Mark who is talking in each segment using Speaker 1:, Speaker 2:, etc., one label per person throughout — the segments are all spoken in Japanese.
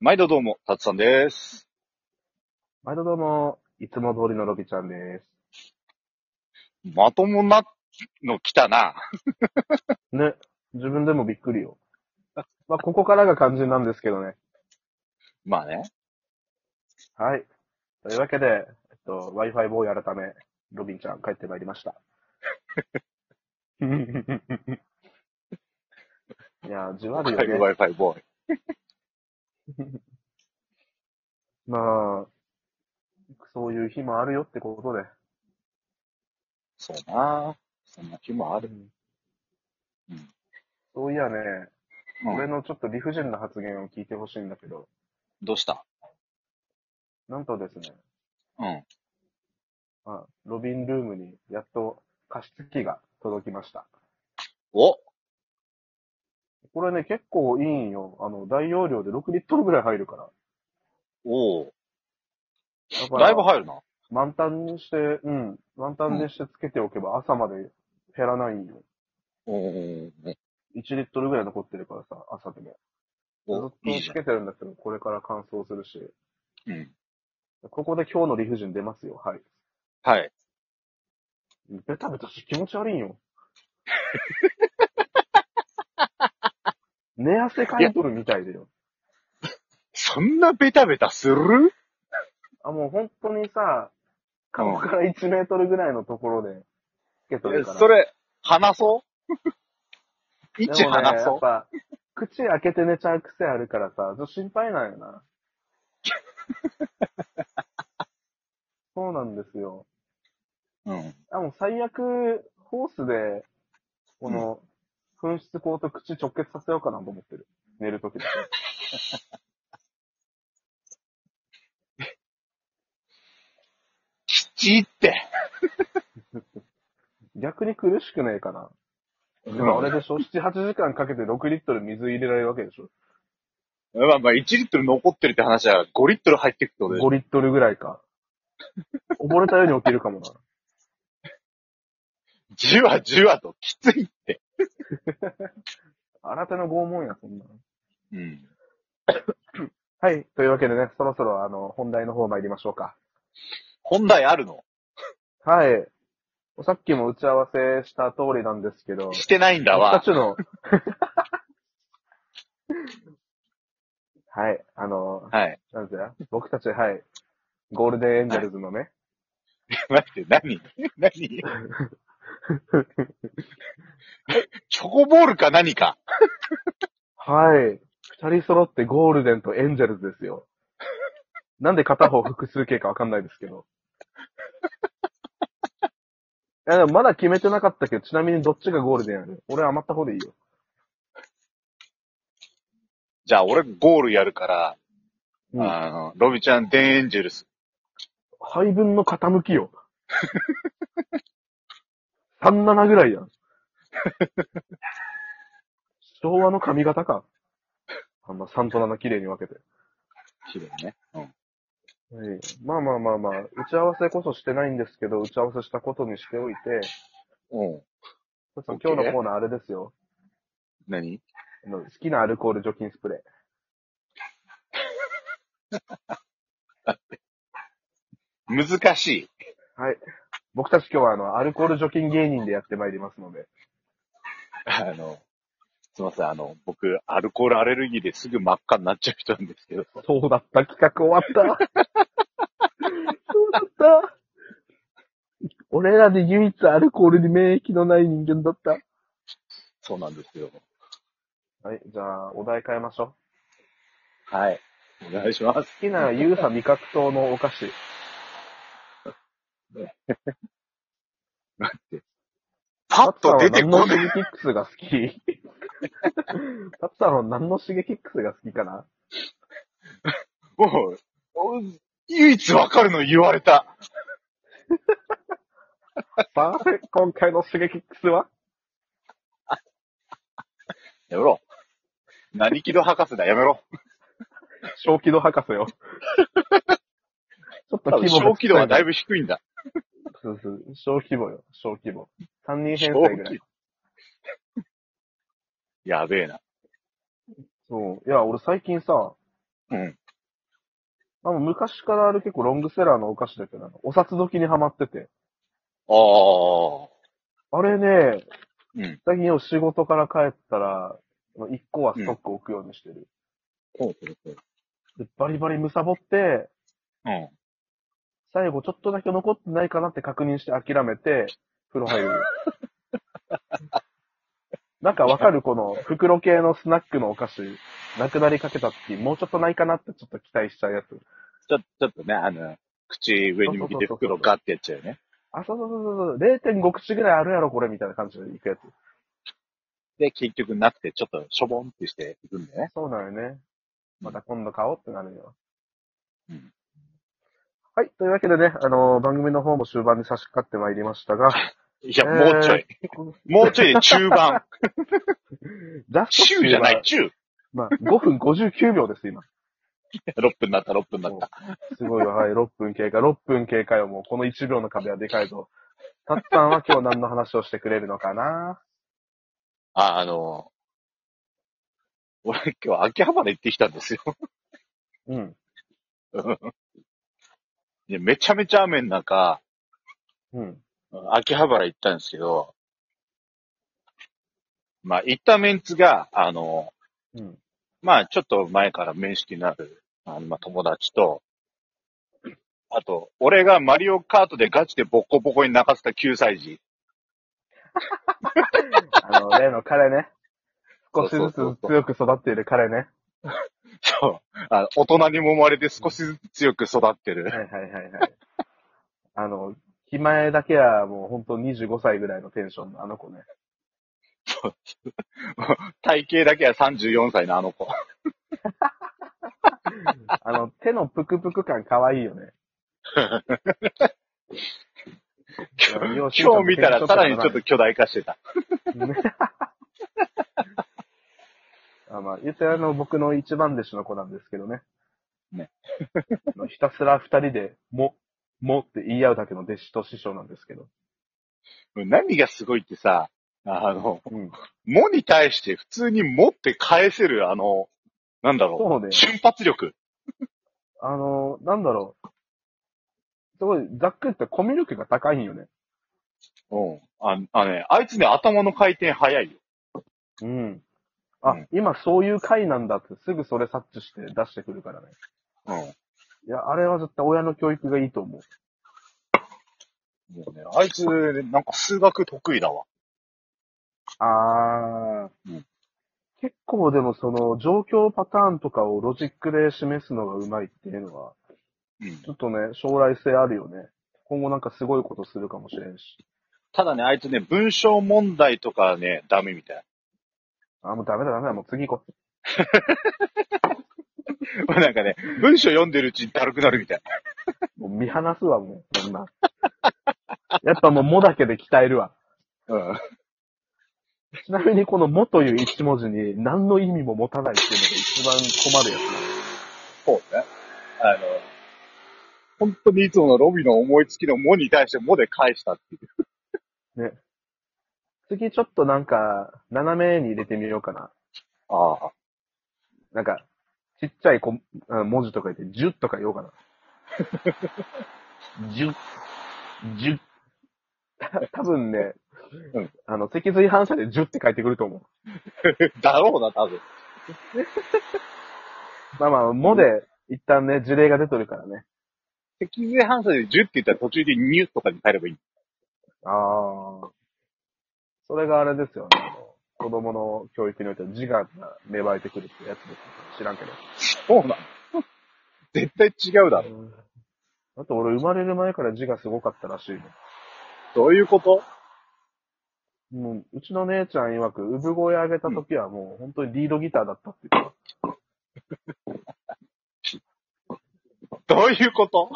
Speaker 1: 毎度どうも、たつさんです。
Speaker 2: 毎度どうも、いつも通りのロビちゃんで
Speaker 1: まともなの来たな。
Speaker 2: す。ね、自分でもびっくりよ。まあ、ここからが肝心なんですけどね。
Speaker 1: まあね。
Speaker 2: はい。というわけで、えっと、Wi-Fi ボーイ改め、ロビンちゃん帰ってまいりま した。いやー、じわるよね。
Speaker 1: Wi-Fi ボーイ。
Speaker 2: まあ、そういう日もあるよってことで。
Speaker 1: そうな。そんな気もある。うん
Speaker 2: そういやね、
Speaker 1: うん
Speaker 2: 俺のちょっと理不尽な発言を聞いてほしいんだけど、
Speaker 1: どうした
Speaker 2: なんとですね、
Speaker 1: うん。
Speaker 2: まあ、ロビンルームにやっと加湿器が届きました。
Speaker 1: お
Speaker 2: これね、結構いいんよ。あの、大容量で6リットルぐらい入るから。
Speaker 1: おお
Speaker 2: だか
Speaker 1: だいぶ
Speaker 2: ら、
Speaker 1: 入るな。
Speaker 2: 満タンにして、うん、満タンにしてつけておけば朝まで減らないんよ。
Speaker 1: おお
Speaker 2: 1リットルぐらい残ってるからさ、朝でも。ずっ
Speaker 1: おいい
Speaker 2: と
Speaker 1: じ
Speaker 2: つけてるんだけど、これから乾燥するし。
Speaker 1: ゃん。うん。
Speaker 2: ここで今日の理不尽出ますよ。はい。
Speaker 1: はい。
Speaker 2: ベタベタして気持ち悪い んよ。寝汗かいとるみたいでよ。
Speaker 1: そんなベタベタする
Speaker 2: あ、もう本当にさ、顔から1メートルぐらいのところで、つけとるから。
Speaker 1: それ、話そう一
Speaker 2: でもね、
Speaker 1: 話
Speaker 2: や
Speaker 1: そ
Speaker 2: っぱ、口開けて寝ちゃう癖あるからさ、ちょっと心配なん よな。そうなんですよ。
Speaker 1: う。うん。
Speaker 2: あ、もう最悪、ホースで、この、噴出口と口直結させようかなと思ってる。寝るときだけ。
Speaker 1: きちって。
Speaker 2: 逆に苦しくねえかな。でもあ れでしょ ?7、8時間かけて6リットル水入れられるわけでしょ
Speaker 1: まあまあ、1リットル残ってるって話は5リットル入ってくってことでしょ
Speaker 2: ?5 リットルぐらいか。溺れたように起きるかも な。
Speaker 1: じわじわときついって。
Speaker 2: 新手の拷問や、そんなの。
Speaker 1: うん。
Speaker 2: はい。というわけでね、そろそろあの、本題の方参りましょうか。
Speaker 1: 本題あるの
Speaker 2: はい。さっきも打ち合わせした通りなんですけど、
Speaker 1: してないんだ
Speaker 2: 僕た
Speaker 1: わ
Speaker 2: ち。 の、はい、あの、
Speaker 1: はい。
Speaker 2: なんですか僕たち、はい、ゴールデンエンジェルズのね、
Speaker 1: 待って、何 何チョコボールか何か
Speaker 2: はい、二人揃ってゴールデンとエンジェルズですよ。なんで片方複数形かわかんないですけど。いや、でもまだ決めてなかったけど、ちなみにどっちがゴールデンやる俺余った方でいいよ。
Speaker 1: じゃあ俺ゴールやるから、
Speaker 2: うん
Speaker 1: あの、ロビちゃん、デンエンジェルス。
Speaker 2: 配分の傾きよ。37ぐらいやん。昭和の髪型か。あんな3と7綺麗に分けて。
Speaker 1: 綺麗ね。うん。
Speaker 2: はいまあまあまあまあ、打ち合わせこそしてないんですけど、打ち合わせしたことにしておいて、
Speaker 1: うん。
Speaker 2: さっさん
Speaker 1: OK
Speaker 2: 今日のコーナーあれですよ。
Speaker 1: 何
Speaker 2: あの好きなアルコール除菌スプレ
Speaker 1: 難しい。
Speaker 2: ー。はい。僕たち今日はあの、アルコール除菌芸人でやってまいりますので。
Speaker 1: あの、すいません、あの、僕、アルコールアレルギーですぐ真っ赤になっちゃう人なんですけど。
Speaker 2: そうだった、企画終わ った。そうだった。俺らで唯一アルコールに免疫のない人間だった。
Speaker 1: そうなんですよ。
Speaker 2: はい、じゃあ、お題変えましょ
Speaker 1: はい。お願いします
Speaker 2: う。。好きなユーサ味覚糖のお菓子。
Speaker 1: パッと出てこ
Speaker 2: タ
Speaker 1: な
Speaker 2: ツさ
Speaker 1: んい。
Speaker 2: は何のシゲキックスが好 きタツさんは何のシゲキックスが好きかな
Speaker 1: もう、唯一わかるの言われた。
Speaker 2: さあ、今回のシゲキックスは
Speaker 1: やめろ。何キロ博士だ、やめろ。
Speaker 2: 小気度 博士よ。ちょっ
Speaker 1: 多
Speaker 2: と
Speaker 1: 分
Speaker 2: 規模
Speaker 1: 小規度はだい
Speaker 2: ぶ。
Speaker 1: ぶ低いんだ。
Speaker 2: そうそう小規模よ、小規模。三人編
Speaker 1: 小
Speaker 2: 成ぐらい
Speaker 1: 規。 やべえな。
Speaker 2: そう。いや、俺最近さ、
Speaker 1: うん。
Speaker 2: まあ、昔からある結構ロングセラーのお菓子だけど、お札時にハマってて。
Speaker 1: ああ。
Speaker 2: あれね、
Speaker 1: うん。
Speaker 2: 最近お仕事から帰ったら、1個はストック置くようにしてる。
Speaker 1: ほうほうほう。
Speaker 2: でバリバリむさぼって、
Speaker 1: うん。
Speaker 2: 最後ちょっとだけ残ってないかなって確認して諦めて、風呂入る。 なんかわかるこの袋系のスナックのお菓子、なくなりかけた時、もうちょっとないかなってちょっと期待しちゃうやつ。
Speaker 1: ちょ、ちょっとね、あの、口上に向けて
Speaker 2: そうそうそうそ
Speaker 1: 袋
Speaker 2: う
Speaker 1: ガッてやっちゃうよね。
Speaker 2: あ、そうそうそうそうそう、0.5口ぐらいあるやろこれみたいな感じでいくやつ。
Speaker 1: で、結局なくて、ちょっとしょぼんってしていくんだよね。
Speaker 2: そうなのよね。また今度買おうってなるよ。
Speaker 1: うん
Speaker 2: はい。というわけでね、あのー番組の方も終盤に差し掛かってまいりまし たが、
Speaker 1: いや、もうちょ い。もうちょいで中盤。
Speaker 2: ラスト
Speaker 1: 中じゃない、中。
Speaker 2: まあ、5分59秒です、今。
Speaker 1: 6分になった、6分になった。
Speaker 2: すごいわ、はい、6分経過、6分経過よ、もう、この1秒の壁はでかいぞ。たっさんは今日何の話をしてくれるのかな
Speaker 1: あ、あの、俺今日秋葉原行ってきたんですよ。
Speaker 2: うん。
Speaker 1: いやめちゃめちゃ雨の中、
Speaker 2: うん。
Speaker 1: 秋葉原行ったんですけど、まあ行ったメンツが、あの、
Speaker 2: うん。
Speaker 1: まあちょっと前から面識のある、あの、まあ友達と、あと、俺がマリオカートでガチでボッコボコに泣かせた9歳児。
Speaker 2: あの、例の彼ね。少しずつ
Speaker 1: そうそうそう
Speaker 2: 強く育っている彼ね。
Speaker 1: そう。あ大人に揉まれて少しずつ強く育ってる。
Speaker 2: はいはいはいはい。あの、気前だけはもう本当25歳ぐらいのテンションのあの子ね。
Speaker 1: 体型だけは34歳のあの子。
Speaker 2: あの、手のぷくぷく感かわいいよね。
Speaker 1: 今日見たらさらにちょっと巨大化してた。
Speaker 2: あまあ、言ってあの、僕の一番弟子の子なんですけどね。
Speaker 1: ね。
Speaker 2: あのひたすら二人で、も、もって言い合うだけの弟子と師匠なんですけど。
Speaker 1: 何がすごいってさ、あの、
Speaker 2: うん。
Speaker 1: もに対して普通に持って返せる、あの、なんだろ
Speaker 2: そうね
Speaker 1: う、。瞬発力。
Speaker 2: あの、なんだろう。すごい、ざっくり言ってコミュ力が高いんよね。
Speaker 1: うん。ああのね、あいつね、頭の回転早いよ。
Speaker 2: うん。あ、
Speaker 1: うん
Speaker 2: 今そういう回なんだって、すぐそれ察知して出してくるからね。
Speaker 1: うん。
Speaker 2: いや、あれは絶対親の教育がいいと思う。
Speaker 1: もうね、あいつ、なんか数学得意だわ。
Speaker 2: あ
Speaker 1: う
Speaker 2: ー。
Speaker 1: ん
Speaker 2: 結構でもその状況パターンとかをロジックで示すのがうまいっていうのは、
Speaker 1: うん
Speaker 2: ち。ょっとね、将来性あるよね。今後なんかすごいことするかもしれんし。
Speaker 1: ただね、あいつね、文章問題とかね、ダメみたい。
Speaker 2: あ、もうダメだダメだ、もう次行こう。
Speaker 1: なんかね、文章読んでるうちにだるくなるみたい。
Speaker 2: もう見放すわ、もう、そんな。やっぱもう、もだけで鍛えるわ。
Speaker 1: うん。
Speaker 2: ちなみにこのもという一文字に何の意味も持たないっていうのが一番困るや
Speaker 1: そうね。あの、本当にいつものロビの思いつきのもに対してもで返したっていう。
Speaker 2: つ。次ちょっとなんか、斜めに入れてみようかな。
Speaker 1: ああ。
Speaker 2: なんか、ちっちゃいこうん文字とか言って、10とか言おうかな。10、10。多分ね、
Speaker 1: うん
Speaker 2: あの、脊髄反射で10って書いてくると思う。
Speaker 1: だろうな、多分。
Speaker 2: まあまあ、もで、一旦ね、事例が出てるからね。
Speaker 1: 脊髄反射で10って言ったら途中でニュとかに変えればいい。
Speaker 2: ああ。それがあれですよね。あの子供の教育において自我が芽生えてくるってやつですよ。知らんけど。
Speaker 1: そうなの。 絶対違うだろ。
Speaker 2: あと俺生まれる前から自我すごかったらしいね。
Speaker 1: どういうこと
Speaker 2: もう、うちの姉ちゃん曰く、産声上げた時はもう本当にリードギターだったって言って
Speaker 1: どういうこと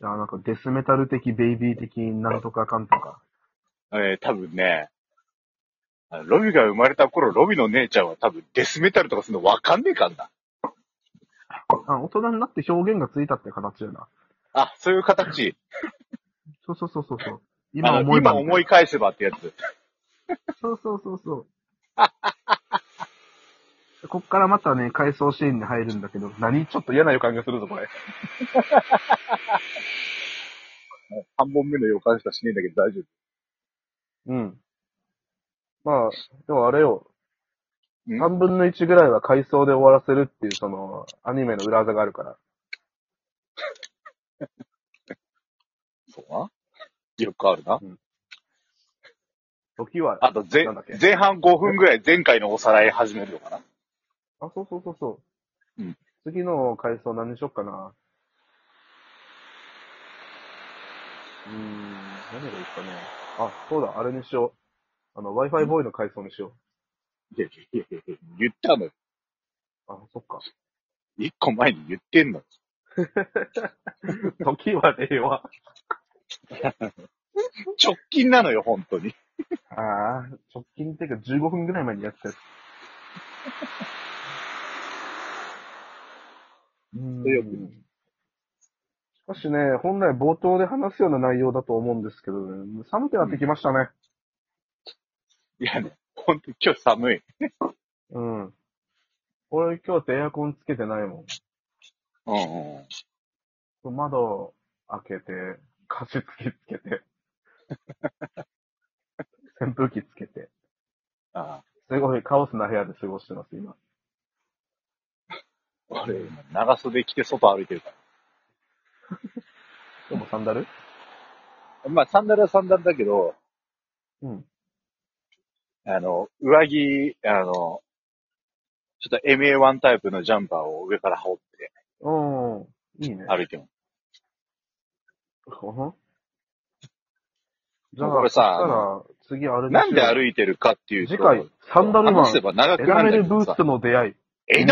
Speaker 2: た。あなんかデスメタル的、ベイビー的、なんとかかんとか。
Speaker 1: えー、多分ね、あのロビが生まれた頃、ロビの姉ちゃんは多分デスメタルとかするのわかんねえかんな。
Speaker 2: あ、大人になって表現がついたって形やな。
Speaker 1: あ、そういう形。
Speaker 2: そうそうそうそうそう。
Speaker 1: あ
Speaker 2: 今
Speaker 1: の
Speaker 2: 思えば。
Speaker 1: 今思い返せばってやつ。
Speaker 2: そうそうそうそう。こっからまたね、回想シーンに入るんだけど、何ちょっと嫌な予感がするぞ、これ。
Speaker 1: 3本目の予感しかしねえんだけど大丈夫。
Speaker 2: うん。まあ、でもあれよ。
Speaker 1: うん
Speaker 2: 3分の1ぐらいは回想で終わらせるっていう、その、アニメの裏技があるから。
Speaker 1: そうな。よくあるな。
Speaker 2: 時は、
Speaker 1: あと、ぜ
Speaker 2: なんだっけ、
Speaker 1: 前半5分ぐらい前回のおさらい始めるのかな。
Speaker 2: あ、そうそうそうそう。
Speaker 1: うん
Speaker 2: 次の回想何にしよっかな。うーん、何がいいかね。あ、そうだ、あれにしよう。あの、Wi-Fi ボーイの回想にしよ
Speaker 1: いやいやいやいや言ったのよ。
Speaker 2: う。あ、そ っか。
Speaker 1: 一個前に言ってんの。
Speaker 2: 時は令和。
Speaker 1: 直近なのよ、本当に。
Speaker 2: ああ、直近っていうか15分ぐらい前にやったやつ。 う
Speaker 1: 強く
Speaker 2: ん。しかしね、本来冒頭で話すような内容だと思うんですけどね、寒くなってきましたね。
Speaker 1: いやね、本当に今日寒い。
Speaker 2: うん。俺今日ってエアコンつけてないも
Speaker 1: うんうんうん。
Speaker 2: ん。窓開けて、加湿器つけ て、扇風機つけて、
Speaker 1: ああ。
Speaker 2: すごいカオスな部屋で過ごしてます、今。
Speaker 1: 俺、今長袖着て外歩いてるか
Speaker 2: でもサンダル
Speaker 1: ら。まあ、サンダルはサンダルだけど、
Speaker 2: うん。
Speaker 1: あの、上着、あの、ちょっと MA1 タイプのジャンパーを上から羽織って
Speaker 2: おー、いいね。
Speaker 1: 歩いてます。
Speaker 2: ほほじゃあ、
Speaker 1: これさ
Speaker 2: そしたら、次あれ
Speaker 1: なんで
Speaker 2: い
Speaker 1: 歩いてるかっていう
Speaker 2: 次
Speaker 1: と、
Speaker 2: 回、サンダルマン
Speaker 1: 話せ、ば長
Speaker 2: エ
Speaker 1: くなる
Speaker 2: ラ
Speaker 1: んだけ
Speaker 2: メルブ
Speaker 1: ど
Speaker 2: ー
Speaker 1: さ
Speaker 2: ツ。の出会い。
Speaker 1: エ